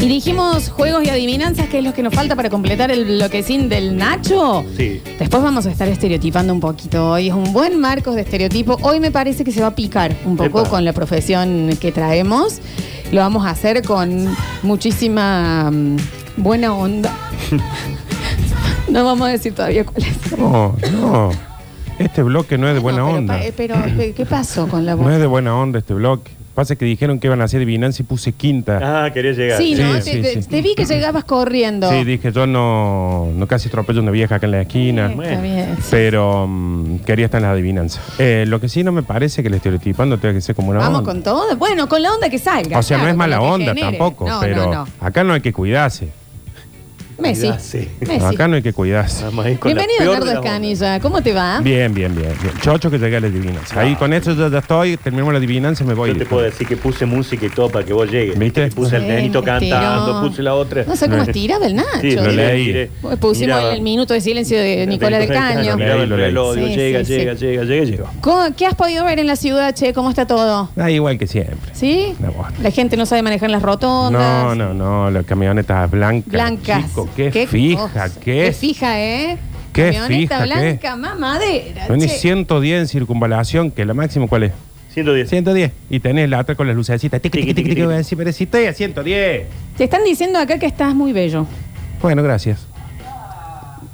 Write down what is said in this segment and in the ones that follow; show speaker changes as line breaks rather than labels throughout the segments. Y dijimos juegos y adivinanzas, que es lo que nos falta para completar el bloquecín del Nacho.
Sí.
Después vamos a estar estereotipando un poquito. Hoy es un buen marco de estereotipo. Hoy me parece que se va a picar un poco
Epa.
con la profesión que traemos. Lo vamos a hacer con muchísima mm, buena onda. no vamos a decir todavía cuál es.
No, no. Este bloque no es de buena
No, pero
onda.
pa- eh, Pero, eh, ¿qué pasó con la voz?
No es de buena onda este bloque. Pasa que dijeron que iban a hacer adivinanza y puse quinta.
Ah, quería llegar.
Sí, ¿no?
Sí,
te,
sí,
te-
sí.
te vi que llegabas corriendo.
Sí, dije, yo no, no casi atropello una vieja acá en la esquina.
Está bien, sí.
Pero mm, quería estar en las adivinanzas. Eh, lo que sí no me parece que el estereotipando tenga que ser como una
Vamos
onda.
con todo. Bueno, con la onda que salga.
o sea, no
claro,
es
con
mala
lo que
onda
genere.
tampoco,
No,
pero
no, no.
acá no hay que cuidarse.
Messi.
Cuidase.
Messi.
Acá no hay que cuidarse.
Vamos Ah, ahí con la
Bienvenido,
peor
Nardo
de las ondas.
Escanilla. ¿Cómo te va?
Bien, bien, bien, bien. Chocho que llegué a la adivinanza. Ahí con esto ya, ya estoy, terminamos la adivinanza y me voy.
Ah, Yo te puedo decir que puse música y todo para que vos llegues.
¿Viste?
Que Puse el
Sí,
nenito
estiró.
cantando, puse la otra.
No sé cómo estiraba el Nacho.
Sí, lo
Yo
leí.
leí.
Pues Pusimos el minuto de silencio de Nicolás del Caño.
Caño.
Miraba el
Lo leí, lo
reloj, digo,
leí.
llega,
Sí, sí,
llega,
sí.
llega, llega, llega.
¿Cómo- ¿Qué has podido ver en la ciudad, che? ¿Cómo está todo?
Ah, igual que siempre.
¿Sí?
Una bosta.
La gente no sabe manejar las rotondas.
No, no, no, las camionetas blancas.
Blancas.
Chico, qué, fija,
cosa.
qué,
fija, ¿eh?
Qué
Camioneta
fija, qué.
blanca, mamadera.
Tenés
che.
110 en circunvalación, que la máxima cuál es?
110.
110. Y tenés la otra con las lucecitas. Tic, tic, tic, tic, tic, voy a decir, pero si estoy a 110.
Te están diciendo acá que estás muy bello.
Bueno, gracias.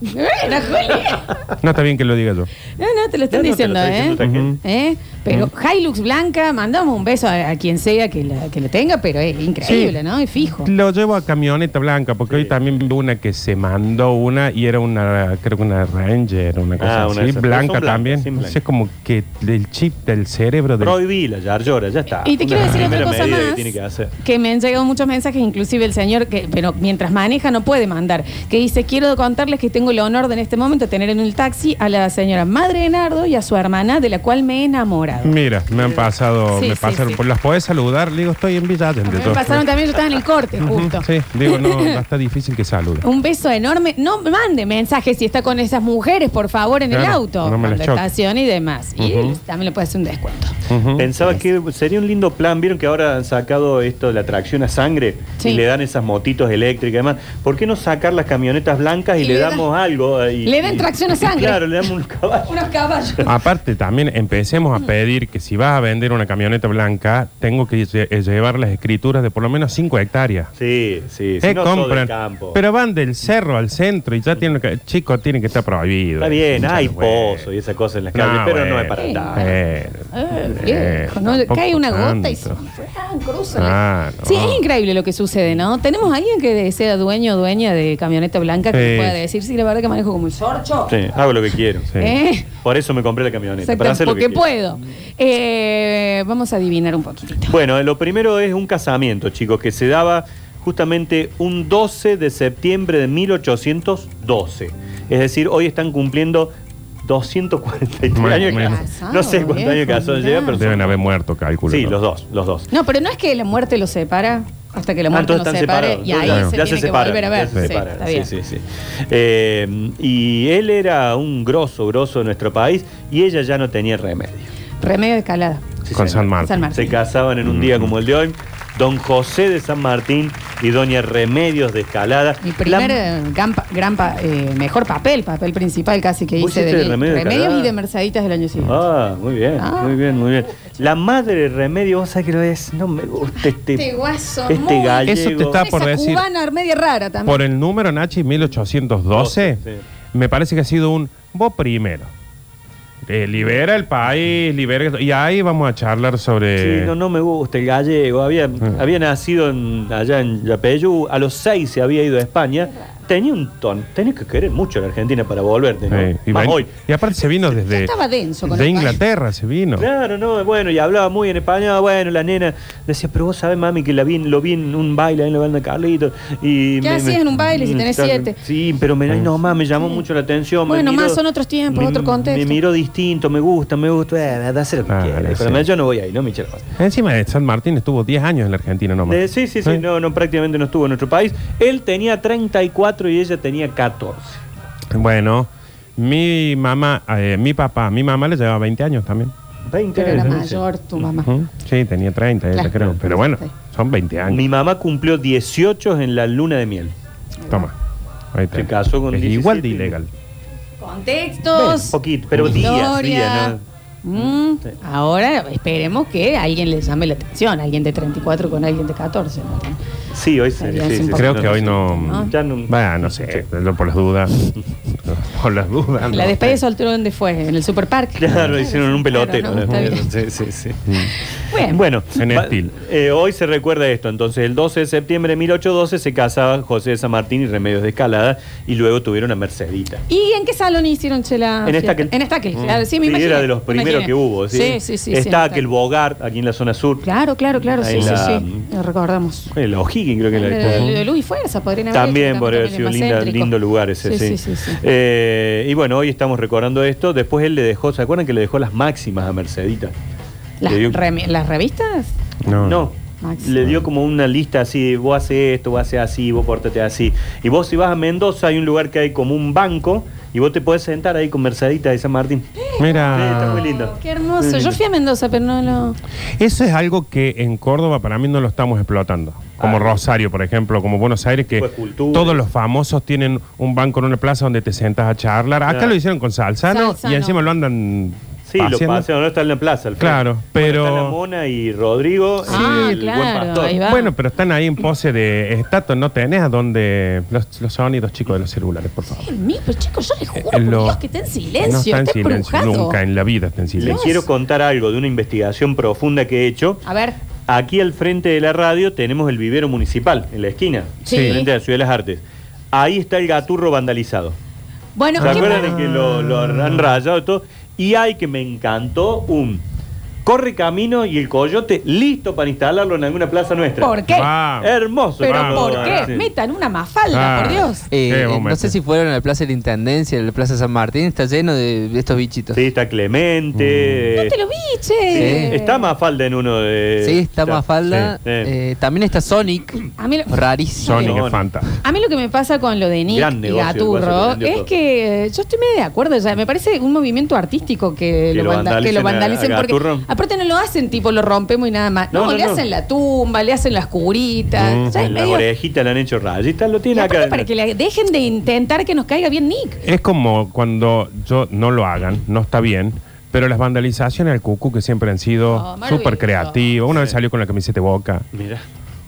Bueno, Juli.
No está bien que lo diga yo.
No, no, te lo están
No, no, te
diciendo,
lo está
¿eh?
diciendo otra gente.
¿Eh? Pero Hilux Blanca, mandamos un beso a, a quien sea que la, que la tenga, pero es increíble,
Sí.
¿no? Es fijo.
Lo llevo a camioneta blanca, porque hoy también vi una que se mandó una y era una, creo que una Ranger, una cosa
Ah,
así,
una de esas. Pero son
blanca
blancas,
también.
sí,
Entonces, como que el chip del cerebro del
Prohibí la yarlora, ya está.
Y te
Una
quiero decir otra
primera
cosa
medida
más.
Que tiene que hacer.
que me han llegado muchos mensajes, inclusive el señor, que, pero mientras maneja no puede mandar, que dice, quiero contarles que tengo el honor de en este momento tener en el taxi a la señora madre de Nardo y a su hermana, de la cual me he enamorado.
Mira, me han pasado,
Sí,
me
sí,
pasaron,
sí.
por las podés saludar, le digo, estoy en Villa Allende,
Me
yo.
pasaron también, yo estaba en el corte, justo.
Sí, digo, no, no está difícil que salude.
Un beso enorme. No mande mensajes si está con esas mujeres, por favor, en el
Claro,
auto.
no me las
cuando
choque.
estacione y demás. Y
Ujú.
también le puede hacer un descuento.
Ujú.
Pensaba que sería un lindo plan. Vieron que ahora han sacado esto de la tracción a sangre
Sí.
y le dan esas motitos eléctricas y demás. ¿Por qué no sacar las camionetas blancas y,
Y
le,
le
damos algo? eh, y-
le dan
y-
tracción a sangre.
Claro, le damos un caballo.
Unos caballos.
Aparte, también
Mm.
empecemos a pedir que si vas a vender una camioneta blanca, tengo que lle- eh, llevar las escrituras de por lo menos 5 hectáreas.
Sí, sí,
Eh,
si no todo
compran,
el campo.
pero van del cerro al centro y ya tienen que, chicos, tienen que estar prohibido.
Está bien,
Muchas
hay
veces.
pozo y esas cosas en las
No,
calles, pero no
bueno.
es para
Sí.
nada.
Eh,
Eh, viejo, no,
tampoco
cae una gota
tanto.
y se ah, cruzan.
Ah, no.
Sí, es increíble lo que sucede, ¿no? Tenemos alguien que sea dueño o dueña de camioneta blanca que
Sí.
pueda decir, sí, la verdad que manejo como un sorcho.
Sí, hago lo que quiero.
Sí.
¿Eh?
Por eso me compré la camioneta.
Exacto,
para hacer lo que
porque
quiero.
puedo. Eh, vamos a adivinar un poquitito.
Bueno, lo primero es un casamiento, chicos, que se daba justamente un 12 de septiembre de 1812. Es decir, hoy están cumpliendo 243
Muy
años.
bien.
de casados. No sé cuántos años de casados
Casado,
llevan, pero
Deben
son-
haber muerto, cálculo.
Sí,
¿no?
los dos, los dos.
No, pero no es que la muerte los separa hasta que la muerte
Ah,
los
entonces
separe
están separados.
y ahí
Entonces,
se
ya
tiene que
separan,
volver a
ya
ver.
se
Sí,
separan.
está bien.
Sí, sí, sí. Eh, y él era un grosso, grosso de nuestro país y ella ya no tenía remedio.
Remedio de escalada.
Sí,
Con
señor.
San Martín.
San Martín.
Se casaban en un día como el de hoy. Don José de San Martín y Doña Remedios de Escalada.
Mi primer
La-
eh, gran, pa- gran pa- eh, mejor papel, papel principal casi que
¿Vos
hice
hiciste
de
de
mi-
Remedio de
Remedios
Escalada?
y de Merceditas del año siguiente.
Ah, muy bien,
Ah.
muy bien, muy bien. La madre de Remedio, vos sabés que lo es. No me gusta este.
Este guaso
Este
muy-
gallego.
Eso te está
Esa
por decir.
cubana media rara también.
Por el número, Nachi, 1812,
Sí.
me parece que ha sido un vos primero. Eh, libera el país, libera. Y ahí vamos a charlar sobre.
Sí, no, no me gusta el gallego. Había,
Ah.
había nacido en- allá en Yapeyú, a los seis se había ido a España. Tenía un ton, tenés que querer mucho a la Argentina para volverte, ¿no?
Eh, y,
Más
ven-
hoy.
y aparte se vino
Ya
desde.
estaba denso con
de
el
Inglaterra se vino.
Claro, no, bueno, y hablaba muy en español, bueno, la nena decía, pero vos sabés, mami, que la vi, en- lo vi en un baile, ahí en la banda de Carlitos. Y
¿Qué hacías en un baile si tenés
tal-
siete?
Sí, pero me, ay, no, más me llamó mucho la atención. me
Bueno,
miró-
más son otros tiempos,
me-
otro contexto.
Me miró distinto, me gusta, me gusta, eh, da hacer lo que
Ah,
quieras,
sí.
pero me- yo no voy ahí, no, Michelle.
Encima de San Martín estuvo 10 años en la Argentina nomás.
Eh, sí, sí, sí, no, no, prácticamente no estuvo en nuestro país. Él tenía 34 y ella tenía 14.
Bueno, mi mamá, eh, mi papá, mi mamá le llevaba 20 años también.
20
Pero era
años.
mayor tu mamá.
Ujú. Sí, tenía 30, ella,
Claro.
creo. Pero bueno,
Sí.
Son 20 años.
Mi mamá cumplió 18 en la luna de miel.
Toma. Ahí está.
Se casó con
Es igual
17.
de ilegal.
Contextos.
Un poquito, pero días,
historia.
días. ¿no?
Mm, Ahora esperemos que alguien le llame la atención, alguien de 34 con alguien de 14. ¿no?
Sí, hoy sí.
Ahí
sí,
hace
sí,
un
sí,
poco.
Creo que hoy
¿No?
no.
Ya no-
Bueno, no sé. yo Por las dudas. por las dudas.
La
no
despedida de
sé.
soltero, ¿dónde fue? En el superparque.
Claro, lo hicieron en un pelotero.
Claro, no, está bien.
Sí, sí, sí.
Bueno,
Bueno,
En
va-
estilo.
eh, hoy se recuerda esto. Entonces, el 12 de septiembre de 1812 se casaba José de San Martín y Remedios de Escalada y luego tuvieron a Mercedita.
¿Y en qué salón hicieron Chela?
En
fiesta?
Estaquel.
En Estaquel, claro. Sí, me
Sí,
imagino.
era de los primeros que hubo. Sí,
Sí, sí, sí. sí,
Está
en
aquel Bogart, aquí en la zona sur.
Claro, claro, claro. Sí,
Ahí
sí,
la-
sí. Lo recordamos.
El O'Higgins creo que
El
era.
de- el de Luz y Fuerza podrían haber
También
hecho,
podría haber
también
sido
es más
linda-
céntrico.
lindo lugar ese, sí.
sí, sí, sí.
Eh, y bueno, hoy estamos recordando esto. Después él le dejó, ¿se acuerdan que le dejó las máximas a Mercedita?
Las,
Le dio-
remi- las revistas?
No.
No.
Máximo.
Le dio como una lista así, vos haces esto, vos haces así, vos pórtate así. Y vos si vas a Mendoza hay un lugar que hay como un banco y vos te podés sentar ahí con Mercedita de San Martín. Sí, está muy
Mira.
lindo.
Oh, qué hermoso.
Muy
Yo
lindo.
fui a Mendoza, pero no lo.
Eso es algo que en Córdoba para mí no lo estamos explotando. Como
Ah.
Rosario, por ejemplo, como Buenos Aires, que
Pues cultura.
todos los famosos tienen un banco en una plaza donde te sentas a charlar. Acá
Claro.
lo hicieron con Salsano,
Salsano.
y encima lo andan.
Sí, lo
paseando.
paseo, no está en la plaza. al frente.
Claro,
Bueno,
pero-
está la Mona y Rodrigo,
Ah,
el
claro,
buen pastor.
ahí va.
Bueno, pero están ahí en pose de estatus, no tenés a dónde los, los sonidos chicos de los celulares, por favor.
El mío, pero chicos, yo les juro por
Eh, lo-
Dios que está en silencio.
No está en
está
silencio,
embrujado.
nunca en la vida está en
Le
silencio.
quiero contar algo de una investigación profunda que he hecho.
A ver,
Aquí al frente de la radio tenemos el vivero municipal, en la esquina,
Sí.
frente a la Ciudad de las Artes. Ahí está el gaturro vandalizado.
bueno,
¿Se
¿qué
acuerdan
más?
de que lo, lo han rayado y todo? Y hay que me encantó un corre camino y el coyote listo para instalarlo en alguna plaza nuestra.
¿Por qué?
Va.
Hermoso.
¿Pero
Ah,
por
ah,
qué?
Sí.
Metan una mafalda,
Ah.
por Dios.
Eh,
Eh, eh,
vos
no
metés.
sé si fueron a la Plaza de la Intendencia, a la Plaza San Martín, está lleno de, de estos bichitos.
Sí, está Clemente.
No te lo vi, che.
Sí.
Eh, Está Mafalda en uno de...
Sí, está Mafalda.
eh, Sí, sí.
eh, también está Sonic.
A mí lo-
Rarísimo.
Sonic
No, no.
es fanta.
A mí lo que me pasa con lo de Nick y
Gran negocio,
Gaturro
el guaso que vendió
es
todo.
que eh, yo estoy medio de acuerdo ya. Me parece un movimiento artístico que,
Que
lo,
lo
vanda- que lo vandalicen.
vandalicen a- a
porque
Gaturro.
aparte no lo hacen tipo lo rompemos y nada más. No,
No, no,
le
no.
hacen la tumba, le hacen las cubritas.
Mm.
ya es
En la
medio-
orejita le han hecho rayitas, lo
y
tiene
aparte
acá.
para que le- dejen de intentar que nos caiga bien Nick.
Es como cuando yo no lo hagan, no está bien, pero las vandalizaciones al cucu que siempre han
Oh,
sido
maravilloso.
súper creativos. Una vez salió con la camiseta de boca,
Mira.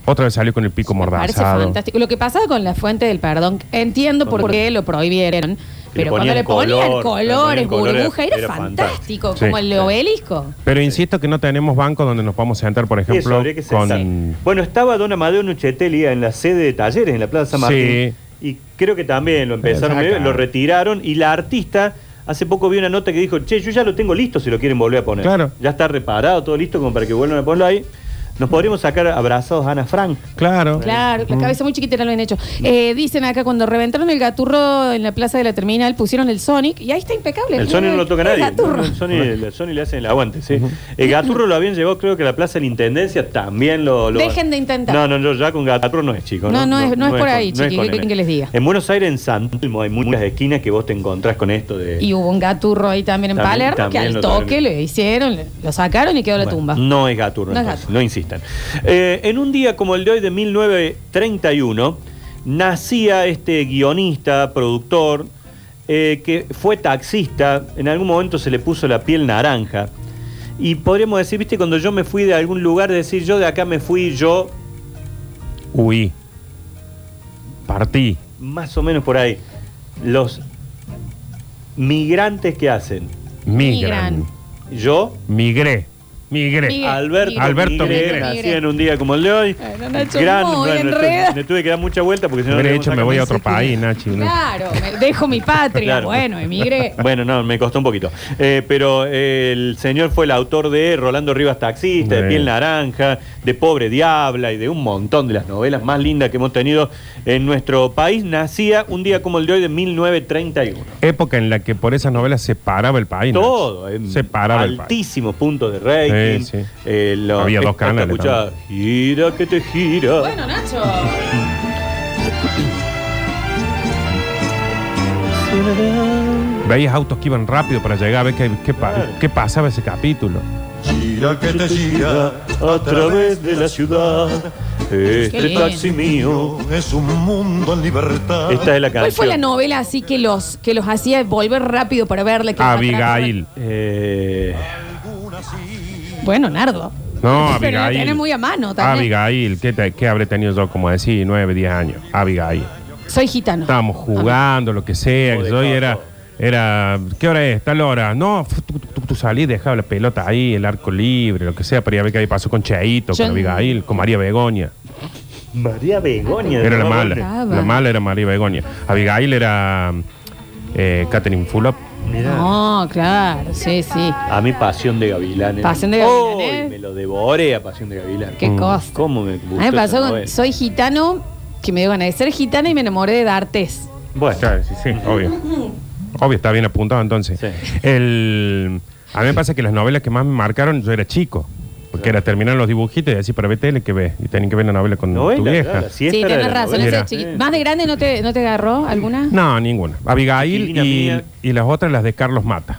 otra vez salió con el pico
Me parece
mordazado.
fantástico. Lo que pasaba con la fuente del perdón, entiendo por
Hombre.
qué lo prohibieron,
Que le
pero cuando
ponían
le ponían
color,
colores,
le ponían
burbuja,
color,
era,
era
fantástico,
fantástico.
como
Sí.
el de obelisco.
Pero insisto que no tenemos banco donde nos podamos sentar, por
Eso,
ejemplo,
habría que sentar.
con...
Bueno, estaba Don Amadeo Nuchetelli en la sede de talleres, en la Plaza San
Sí.
Martín. Y creo que también lo empezaron,
Exacto.
medio- lo retiraron. Y la artista, hace poco vi una nota que dijo, che, yo ya lo tengo listo si lo quieren volver a poner.
Claro.
Ya está reparado, todo listo como para que vuelvan a ponerlo ahí. Nos podríamos sacar abrazados a Ana Frank.
Claro.
Claro,
Mm.
la cabeza muy chiquita no lo han hecho. Eh, dicen acá, cuando reventaron el gaturro en la plaza de la terminal, pusieron el Sonic y ahí está impecable.
El Sony no lo toca
El
nadie.
gaturro.
No, no, El Sony, el- el Sony le hacen el aguante, sí. El Gaturro lo habían llevado, creo que a la Plaza de la Intendencia también lo. lo-
Dejen de intentar.
No, no, yo ya con Gaturro no es chico.
No, no es- no es por
con-
ahí,
no es
chiqui,
con
¿qué
él.
quieren que les diga?
En Buenos Aires, en San Telmo, hay muchas esquinas que vos te encontrás con esto de.
Y hubo un gaturro ahí también en
También-
Palermo
también
que al
lo
toque
tocaron.
lo hicieron, lo sacaron y quedó la
Bueno, Mm,
tumba.
No es
No
Gaturro,
es
entonces,
Gaturro.
no insistan. Eh, en un día como el de hoy de 1931, nacía este guionista, productor, eh, que fue taxista, en algún momento se le puso la piel naranja. Y podríamos decir, viste, cuando yo me fui de algún lugar, decir, yo de acá me fui, yo
Uy. Partí.
más o menos por ahí. Los migrantes que hacen,
Migran.
yo,
Migré. Migré.
Migre.
Alberto,
Alberto
Migré,
Migré.
nació en un día como el de hoy.
Bueno, Nacho, muy
le
enreda.
tu- le tuve que dar mucha vuelta porque si no... no
Hubiera
le íbamos
dicho,
a
me voy a
sacar".
otro país, Nachi. ¿no?
Claro, me- dejo mi patria.
Claro.
Bueno, emigré.
Bueno, no, me costó un poquito. Eh, pero eh, el señor fue el autor de Rolando Rivas Taxista, de
Bien.
Piel Naranja, de Pobre Diabla y de un montón de las novelas más lindas que hemos tenido en nuestro país. Nacía un día como el de hoy de 1931.
Época en la que por esas novelas se paraba el país. Nachi.
Todo, en
Se paraba el país.
altísimos puntos de rating.
Sí, sí.
Eh, lo-
Había dos
esta
canales
escuchaba, Gira que te gira.
Bueno, Nacho.
Veías autos que iban rápido para llegar a ver qué, qué pa-
Claro.
qué pasaba ese capítulo.
la que te siga
a través de la ciudad.
Qué
Este
lindo.
taxi mío.
es un mundo en libertad.
Esta es la canción.
¿Cuál fue la novela así que los, que los hacía volver rápido para verla?
Ah,
que los
Abigail.
Eh,
atrapaba? Bueno, Nardo.
No,
Pero la
Abigail.
tenés muy a mano también.
Abigail, ¿qué, te- qué habré tenido yo como decir? 9, 10 años. Abigail.
Soy gitano. Ah,
Estábamos jugando, lo que sea. que yo y era, era, ¿qué hora es? Tal hora. No, fu- tú, tú- tú salí, dejaba la pelota ahí, el arco libre, lo que sea. Pero ya ve que ahí pasó con Cheito,
Yo-
con Abigail, con María Begoña.
María Begoña.
Era la
¿no?
mala.
Estaba.
La mala era María Begoña. Abigail era eh, Catherine Fulop.
Mirá.
No, claro, sí, sí.
A mí Pasión de Gavilanes.
Pasión de Gavilanes.
Uy, me lo devoré a Pasión de Gavilanes.
Qué cosa.
Mm, ¿Cómo me
A
gustó
mí me pasó
esa
con
novela?
Soy gitano, que me dio ganas de ser gitana y me enamoré de D'Artes.
Bueno,
Claro, sí, sí, obvio. Obvio, está bien apuntado entonces.
Sí.
El, a mí me pasa que las novelas que más me marcaron, yo era chico. Porque era terminar los dibujitos y decir, para ver tele que ve. Y tenían que ver la novela con tu
novela,
vieja.
claro, la siesta
Sí,
era de
tenés
la
razón.
novela.
ese chiqui- ¿Más de grande no te, no te agarró alguna?
No, ninguna. Abigail
Chiquilina
y,
mía.
y las otras, las de Carlos Mata.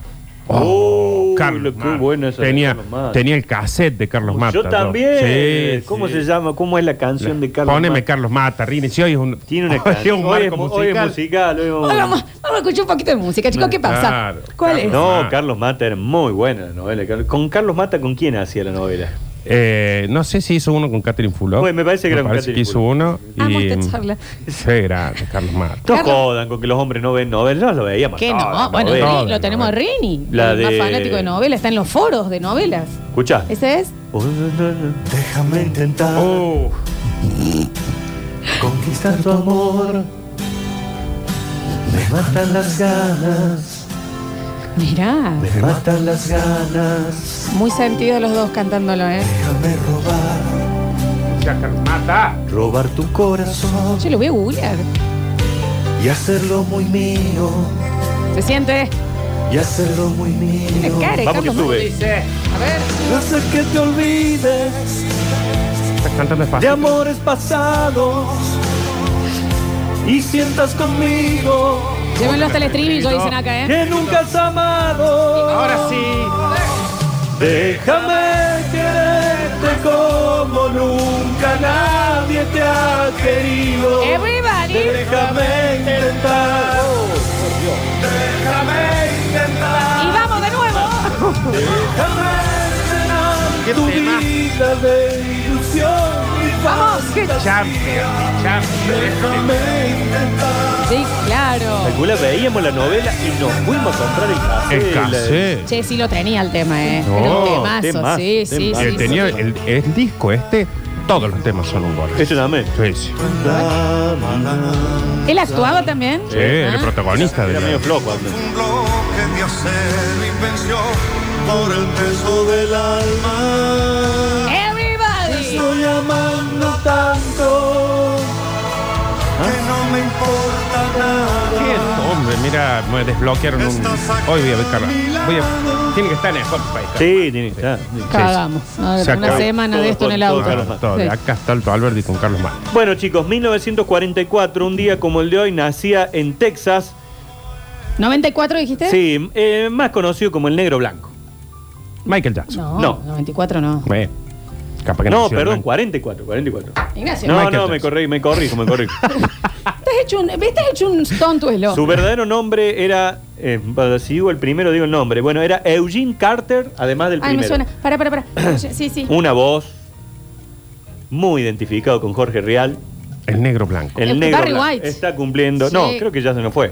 Oh, lo- qué
Mata.
buena esa de
tenía,
Carlos Mata.
tenía el cassette de Carlos Mata.
Pues Yo
¿no?
también.
Sí,
¿Cómo
sí.
se llama? ¿Cómo es la canción de Carlos?
Poneme
Mata?
Carlos Mata, Rini. Si hoy es un,
Tiene una
hoy es
canción.
un
Hoy es,
marco
hoy es
musical.
musical. hoy vamos-
Hoy vamos, vamos a escuchar un poquito de música, chicos. ¿Qué pasa?
Claro,
¿Cuál
claro.
es?
No,
Ah.
Carlos Mata era muy buena la novela. Carlos- ¿Con Carlos Mata con quién hacía la novela?
Eh, no sé si hizo uno con Catherine Fulop.
Pues me parece que era con Catherine
hizo
Fulop.
uno.
Amo
y,
esta charla.
Sí, grande, Carlos Mata.
No
Carlos-
jodan con que los hombres no ven novelas. No lo veíamos.
¿Qué
todas
no?
las
Bueno,
novelas.
Rini,
novela,
lo tenemos a Rini.
La
el
de-
más fanático de novelas. Está en los foros de novelas.
Escuchá.
¿Ese es?
Déjame intentar
Uh,
Oh,
conquistar tu amor. Me matan las ganas,
Mirá.
me matan las ganas.
Muy sentido los dos cantándolo, ¿eh?
Déjame robar,
o sea, Carlos Mata.
robar tu corazón
Yo lo voy a googlear.
y hacerlo muy mío,
Se siente. eh,
y hacerlo muy
Tiene
mío.
cara de
Vamos que
Carlos Mata.
sube.
A ver.
Hacer que te olvides
Está cantando
de
espacio.
amores pasados y sientas conmigo
Llévenlo hasta el estribillo, dicen acá, ¿eh?
que nunca has amado.
Ahora sí.
Déjame quererte como nunca nadie te ha querido.
Everybody.
Déjame intentar. Déjame
Y
intentar.
vamos de nuevo.
Déjame llenar tu vida de ilusión y
Vamos. que-
Déjame intentar.
Sí, claro.
Calcula, veíamos la novela y nos fuimos a comprar el café.
El
La-
cassette.
Che, sí lo tenía el tema, ¿eh?
No,
Era un temazo,
temazo,
sí, sí,
temazo.
sí,
Eh,
sí.
tenía el, el disco este. Todos los temas son un gol.
Eso también.
Sí, sí.
¿Él actuaba también?
Sí, era el
Ah.
protagonista de
Era
la-
medio flojo. Andrés.
Un bloque de acero y venció por el peso del alma.
Everybody.
Estoy amando tanto que no me importa
¿Qué es?
nada.
Hombre, mira, me desbloquearon un. Hoy voy a ver Carlos. Voy a- Tiene que estar en Spotify. Carlos.
Sí, tiene que estar.
Cagamos. A ver,
Se
una
acabó.
semana de
Todo
esto en el
con
auto.
todo,
Ah, todo.
Sí.
Acá está Alto Alberti con Carlos Mata.
Bueno, chicos, 1944, un día como el de hoy, nacía en Texas.
¿94 dijiste?
Sí, eh, más conocido como el Negro Blanco.
Michael Jackson.
No,
No.
94 no.
Eh, capaz que
No,
nació en
perdón,
el-
44, 44.
Ignacio,
No,
Michael
no,
Jackson.
me corrijo, me corrijo, me corrijo.
te has hecho un, ¿viste? Has hecho un tontuelo.
Su verdadero nombre era, eh, bueno, si digo el primero, digo el nombre. Bueno, era Eugene Carter, además del
Ay,
primero.
me suena. Para, para, para. Sí, sí.
Una voz muy identificado con Jorge Real.
El negro blanco.
El
Eh,
negro
Barry
Blanco.
White.
está cumpliendo.
Sí.
No, creo que ya se nos fue.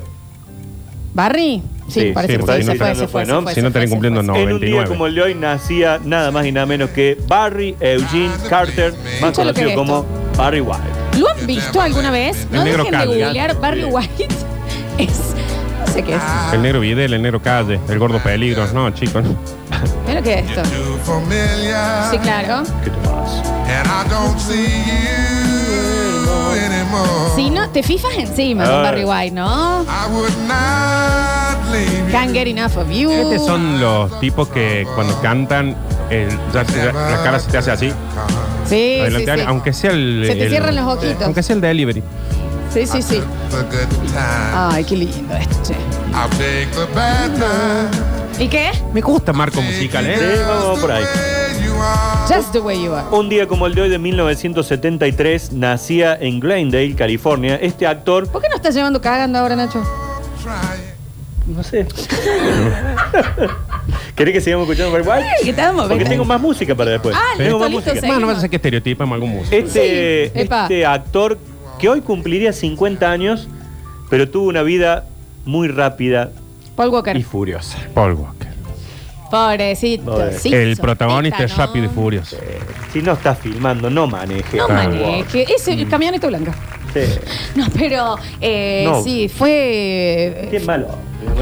Barry. Sí,
Sí,
parece
sí,
que
porque
sí,
si
se
no
fue,
te-
se fue,
si
se
no
fue,
te
se fue,
cumplen
se
los
fue.
no.
En un día
99.
como el de hoy nacía nada más y nada menos que Barry Eugene Carter, más
Escucha lo que
conocido
es
como Barry White.
¿Lo han visto alguna vez? No
negro
dejen de
Cali.
googlear Barry White. Es. No sé qué es.
El negro Videl, el negro Calle, el
Ah.
gordo Peligro. No, chicos. no.
Mira lo que es esto.
too familiar
Sí, claro.
¿Qué te pasa?
and I don't see you anymore.
Si no, te fijas encima con
Ah.
Barry White, ¿no?
I would not leave you.
Can't get enough of you.
Estos son los tipos que cuando cantan, el- ya se- la cara se te hace así.
Sí, sí,
adelante,
sí.
dale, aunque sea el.
Se te
el-
cierran los ojitos.
Aunque sea el delivery.
Sí, sí, sí. Ah.
The good time.
Ay, qué lindo esto, che.
I'll take the bad time.
¿Y qué?
Me gusta marco musical, ¿eh?
Sí, vamos por ahí.
Where you
Just the way you are.
Un día como el de hoy de 1973 nacía en Glendale, California, este actor.
¿Por qué no estás llevando cagando ahora, Nacho?
No sé. ¿Querés que sigamos escuchando Barry White?
Sí, que estamos,
Porque
venga.
tengo más música para después.
Ah, listo,
tengo más
listo,
música.
sí.
Bueno, no pasa que estereotipamos algún músico.
Este,
Sí, epa.
este actor que hoy cumpliría 50 años, pero tuvo una vida muy rápida
Paul Walker.
y furiosa.
Paul Walker.
Pobrecito.
Pobre.
sí,
el
sopita,
protagonista es
¿no?
rápido y furioso.
Si no está filmando, no maneje.
No
Claro.
maneje. Ese el camioneta blanca.
Sí.
No, pero eh,
No.
sí, fue.
Qué malo.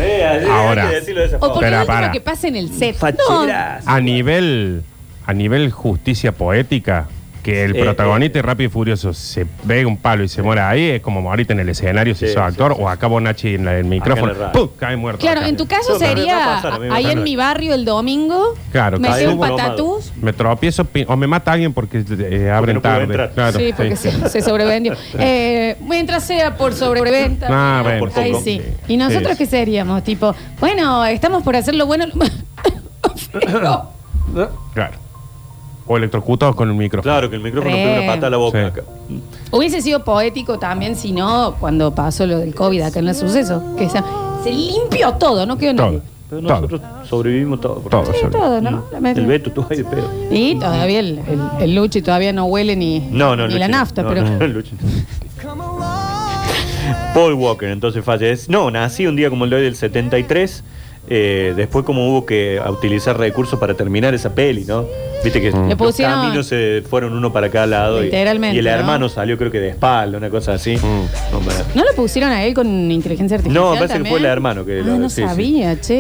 Eh,
Ahora.
Hay que decirlo de esa
O por
forma.
Pero
lo
para.
menos que pasa en el set.
Facheras.
A nivel, a nivel justicia poética, que el
Eh,
protagonista de rápido y furioso se ve un palo y se muere ahí, es como ahorita en el escenario si
Sí,
sos
sí,
actor,
sí.
o acá Bonachi en la- el micrófono,
radio.
¡pum! cae muerto.
Claro,
acá.
en tu caso
Eso me va a
sería
pasar, a mí me
ahí
pasa
en
lo
mi
mismo.
barrio el domingo.
Claro,
me
caí
llevo un
embromado.
patatús.
Me tropiezo pi- o me mata alguien porque eh, abren
no puedo
tarde.
entrar.
Claro,
sí, porque
sí.
Se, se sobrevendió. Eh, mientras sea por sobreventa.
Ah, bueno.
Por poco.
Ahí sí. ¿Y nosotros
Sí,
qué seríamos? Tipo, bueno, estamos por hacer lo bueno. lo malo. Pero-
Claro. O electrocutados con el micrófono.
Claro que el micrófono
Re.
pega una pata a la boca.
Sí.
acá.
Hubiese sido poético también si no cuando pasó lo del COVID acá en el suceso. Que se, se limpió todo, no quedó nadie.
Todo. Mm.
Pero
todo.
nosotros sobrevivimos todo. por
Todo.
favor.
Sí, todo, ¿no? La
El
metí.
Beto, tú ahí de pedo.
Y todavía el, el, el Luchi todavía no huele ni,
No, no,
ni
Luchi
la
no.
nafta,
No,
pero.
no, Luchi no. Paul Walker, entonces fallece. No, nací un día como el de hoy del 73. eh, después, como hubo que utilizar recursos para terminar esa peli, ¿no? Viste que
Le
los
pusieron-
caminos se fueron uno para cada lado. y-
Literalmente,
Y el
¿no?
hermano salió, creo que de espalda, una cosa así. No, me-
¿No lo pusieron a él con inteligencia artificial?
No, parece que
también?
fue el hermano que
Ah,
lo-
no
sí, sí.
sabía, che.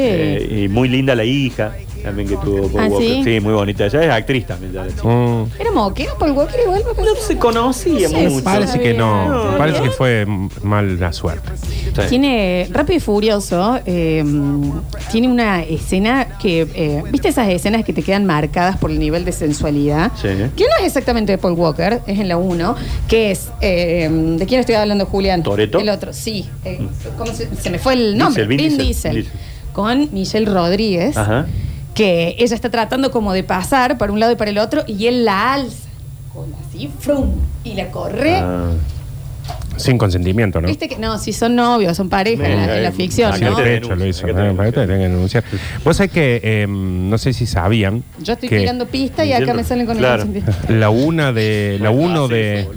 Eh, y muy linda la hija también que tuvo Paul
¿Ah,
Walker.
sí?
muy bonita. Ella es actriz también. ya la chica.
Mm.
¿Era moquero por Walker igual?
No se conocía
No sé,
mucho.
Parece que no.
No,
Parece
no.
que fue mm, mala suerte.
Sí.
Tiene Rápido y Furioso, eh, tiene una escena que, eh, ¿viste esas escenas que te quedan marcadas por el nivel de sensualidad?
Sí.
Que no es exactamente de Paul Walker, es en la 1, que es, eh, ¿de quién estoy hablando, Julián?
¿Toretto?
El otro, sí. eh, ¿cómo se, se me fue el nombre?
Vin Mm. Diesel, Vin
Diesel.
Diesel.
Con Michelle Rodríguez,
Ajá.
que ella está tratando como de pasar para un lado y para el otro, y él la alza, con así, frum, y la corre.
Ah.
Sin consentimiento, ¿no?
Viste que no, si son novios, son pareja en la, en la ficción,
Así
¿no?
eh,
el
Acá
derecho lo hizo.
Acá te
¿no?
denuncia.
Acá te tienen que denunciar. Vos sabés que, eh, no sé si sabían.
Yo estoy
que
tirando pista y acá
Entiendo.
me salen con
Claro.
el consentimiento.
La una de. La uno de.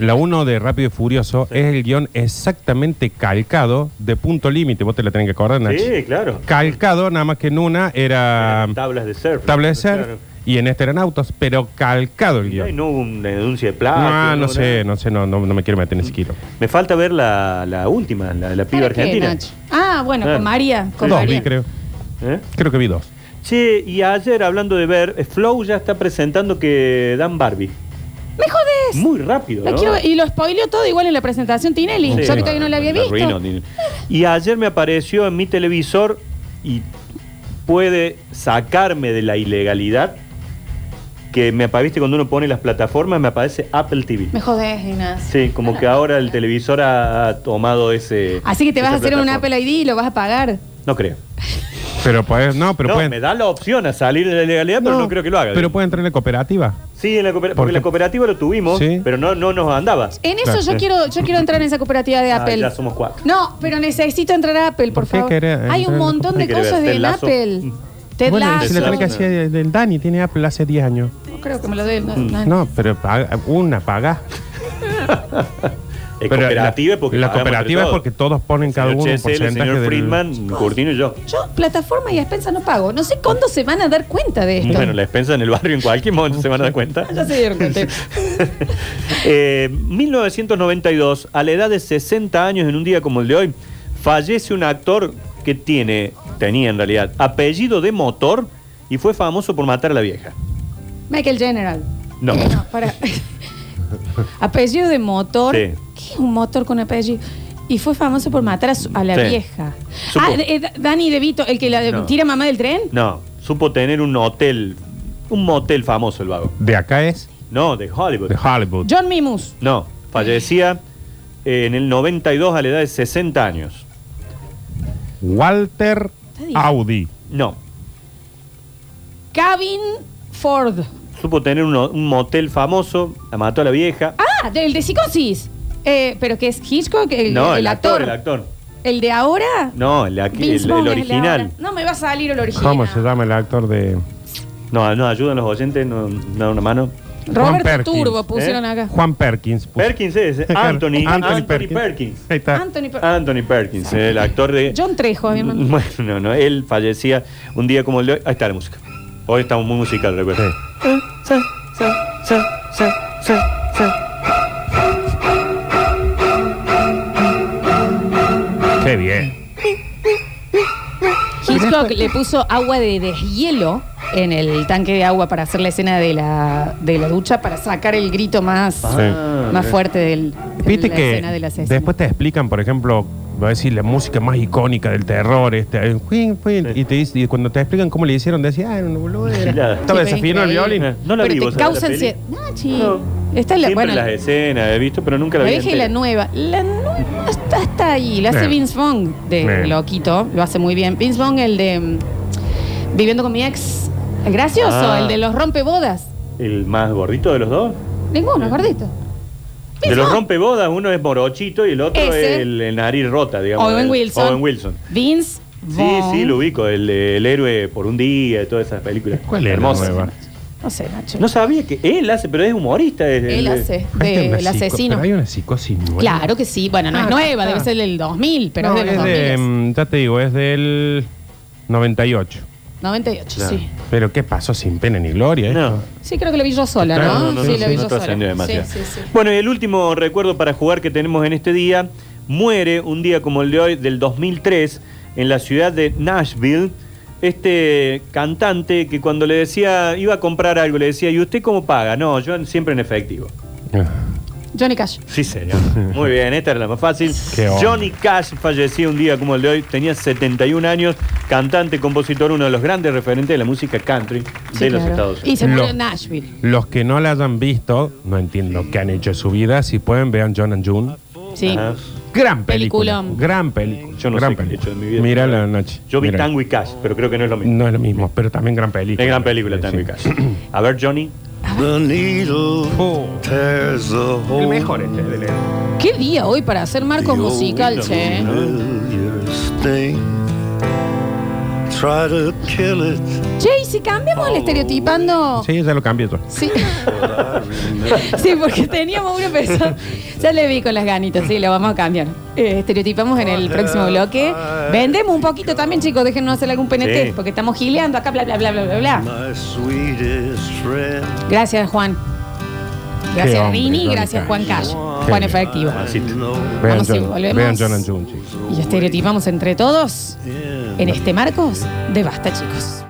La uno de Rápido y Furioso es el guión exactamente calcado de punto límite. Vos te la tenés que acordar, Nacho. Ah,
Sí, claro.
Calcado, nada más que en una era
Eran tablas de surf.
establecer
Claro.
y en este eran autos, pero calcado el
Ay,
guión. Ah,
no hubo una denuncia de plata.
No, no sé, no sé, no, no, no me quiero meter en ese
Mm.
kilo.
Me falta ver la, la última, la, la piba
¿Para qué,
argentina.
Nacho? Ah, bueno,
Claro.
con María. Con
Dos vi,
María.
creo.
¿Eh?
Creo que vi dos.
Che, y ayer hablando de ver, eh, Flow ya está presentando que dan Barbie.
¡Me jodes!
Muy rápido,
Lo
¿no?
quiero- y lo spoileó todo igual en la presentación Tinelli.
Sí,
Yo que
no,
todavía no la había
la
visto.
arruinó, ni- y ayer me apareció en mi televisor y puede sacarme de la ilegalidad que me aparece cuando uno pone las plataformas, me aparece Apple TV.
Me jodes, Inés.
Sí, como que ahora el televisor ha, ha tomado ese.
Así que te vas
esa
a hacer un
plataforma.
Apple ID y lo vas a pagar.
No creo.
Pero puede, no, pero
no,
pueden.
me da la opción a salir de la ilegalidad, pero no creo que lo haga.
Pero puede entrar en la cooperativa.
sí, en la cooper- porque
Porque-
la cooperativa lo tuvimos,
Sí.
pero no, no nos andaba.
En eso
Claro,
yo
sí.
quiero yo quiero entrar en esa cooperativa de
Ah,
Apple.
ya somos cuatro.
No, pero necesito entrar a Apple, por,
¿Por qué
favor.
querés
Hay un
entrar en la
montón de
cooperativa?
cosas
¿Qué
de
querés ver?
Apple.
Mm.
Ted
bueno, si la
Lasso.
tenés que hacer el, el Dani, tiene Apple hace 10 años.
No creo que me lo den. no,
Mm.
no.
No, pero paga- una paga.
Es
Pero
cooperativa
la,
porque
la
pagamos entre
cooperativa
todos.
es porque todos ponen cada
Señor
uno un
Chesel, el
porcentaje
señor
del-
Friedman, Curtino y yo.
Yo, plataforma y expensa no pago. No sé cuándo se van a dar cuenta de esto.
Bueno, la expensa en el barrio en cualquier momento se van a dar cuenta.
Ya se dieron cuenta.
Eh, 1992, a la edad de 60 años, en un día como el de hoy, fallece un actor que tiene, tenía en realidad, apellido de motor y fue famoso por matar a la vieja.
Michael General. Eh,
No.
No, para. apellido de motor.
Sí.
¿Qué es un motor con apellido? Y fue famoso por matar a, su- a la
Sí.
vieja.
Supo-
Ah, de- eh, Da- Dani DeVito, el que la de-
No.
tira mamá del tren.
No, supo tener un hotel, un motel famoso el vago.
De acá es
No, de Hollywood.
de Hollywood.
John Mimus.
No, fallecía eh, en el 92 a la edad de 60 años.
Walter
Está bien.
Audi.
No,
Kevin Ford.
supo tener uno- un motel famoso, la mató a la vieja.
Ah, del de psicosis. Eh, pero que es Hitchcock, el,
no,
el actor.
El actor.
¿El de ahora?
No, el, aquí- el-
Vince
el
Vaughn es de
original.
ahora. No me va a salir el original.
¿Cómo se llama el actor de
No, no, ayudan los oyentes, no, no, una mano.
Juan
Roberto
Perkins,
Turbo pusieron
¿eh?
acá.
Juan Perkins? Puso.
Perkins es Anthony, Anthony, Perkins.
Ahí está.
Anthony Per-
Anthony Perkins, el actor de.
John Trejo, mi hermano.
Bueno, no, no, él fallecía un día como el de hoy. Ahí está la música. Hoy estamos muy musical, recuerdo.
Sí. Qué bien.
Hitchcock le puso agua de deshielo en el tanque de agua para hacer la escena de la, de la ducha para sacar el grito más,
Ah,
eh.
más fuerte del,
Viste
de la
que
escena del asesino.
después te explican, por ejemplo, va a decir la música más icónica del terror, este, eh, juin, juin,
Sí.
y, te, dice- y cuando te explican cómo le hicieron, decís, ah, no, boludo.
Gilada.
Estaba
Sí, pero
desafinado el
increíble.
violín.
Eh, No la
Pero
vi,
te
vos sabés,
causa
la peli.
ansiedad. Ah, No, chi.
No.
Esta es la
Siempre
buena.
las escenas he visto, pero nunca
La
la vi.
vieja y la
entera.
nueva. La nueva está, está ahí. La hace
Bien.
Vince Vaughn de
Bien.
Loquito. Lo hace muy bien. Vince Vaughn, el de mm, Viviendo con mi ex. El gracioso,
Ah.
el de los rompebodas.
¿El más gordito de los dos?
Ninguno, gordito.
De los
Vaughn.
rompebodas, uno es morochito y el otro
Ese.
es el, el nariz rota, digamos.
Owen
el-
Wilson.
Owen Wilson.
Vince
Sí,
Vaughn.
sí, lo ubico, el, el héroe por un día y todas esas películas.
¿Cuál es la
Hermosas.
nueva?
No sé, Nacho.
No Este sabía que él hace, pero es humorista. es-
Él
es-
hace
Hay
de
Este una
el
psico-
asesino.
pero hay una psicosis nueva.
Claro que sí. Bueno, no
Ah,
es nueva,
está.
debe ser del 2000, pero
No,
es de los 2000.
mm, Ya te digo, es del 98.
98, sí.
Pero ¿qué pasó sin pena ni gloria? esto?
No.
Sí, creo que lo vi yo sola,
Claro,
¿no?
no, no,
sí,
no,
lo vi yo sola.
trascendió
Sí,
demasiado.
sí, sí.
Bueno, y el último recuerdo para jugar que tenemos en este día, muere un día como el de hoy del 2003 en la ciudad de Nashville, este cantante que cuando le decía, iba a comprar algo, le decía, ¿y usted cómo paga? No, yo siempre en efectivo.
Ah.
Johnny Cash.
Sí, señor. Muy bien, esta era la más fácil.
Qué onda.
Johnny Cash falleció un día como el de hoy, tenía 71 años, cantante, compositor, uno de los grandes referentes de la música country
Sí,
de los
claro.
Estados Unidos.
Y se
Lo-
murió en Nashville.
Los que no la hayan visto, no entiendo qué han hecho en su vida. Si pueden, vean John and June.
Sí.
Ajá.
Gran película.
Peliculón.
Gran película.
Yo no
gran
sé qué he
película.
hecho en mi vida.
Mira la noche.
Yo vi
Mira.
Tango y Cash, pero creo que no es lo mismo.
No es lo mismo, pero también gran película.
Es gran película
Sí.
Tango y Cash. A ver, Johnny.
The needle
Oh,
tears a hole
el mejor este de Lennon.
Qué día hoy para hacer marco
The
musical,
old
che.
familiar sting. Try to kill it,
Che, ¿y si cambiamos el
Oh.
estereotipando?
Sí, ya lo cambié yo.
Sí.
but I remember.
Sí, porque teníamos una persona. Ya le vi con las ganitas, sí, lo vamos a cambiar. Eh, estereotipamos en el próximo bloque. Vendemos un poquito también, chicos, déjenos hacer algún PNT,
Sí.
porque estamos gileando acá, bla, bla, bla, bla, bla, bla.
My sweetest friend.
Gracias, Juan.
Qué
Gracias,
hombre,
Rini.
Johnny
Gracias, Juan Cash. Juan
Genio.
Efectivo.
I know
Vean,
Vamos y
John,
volvemos.
vean John and June, chicos.
Y estereotipamos entre todos
in
en este Marcos de Basta, chicos.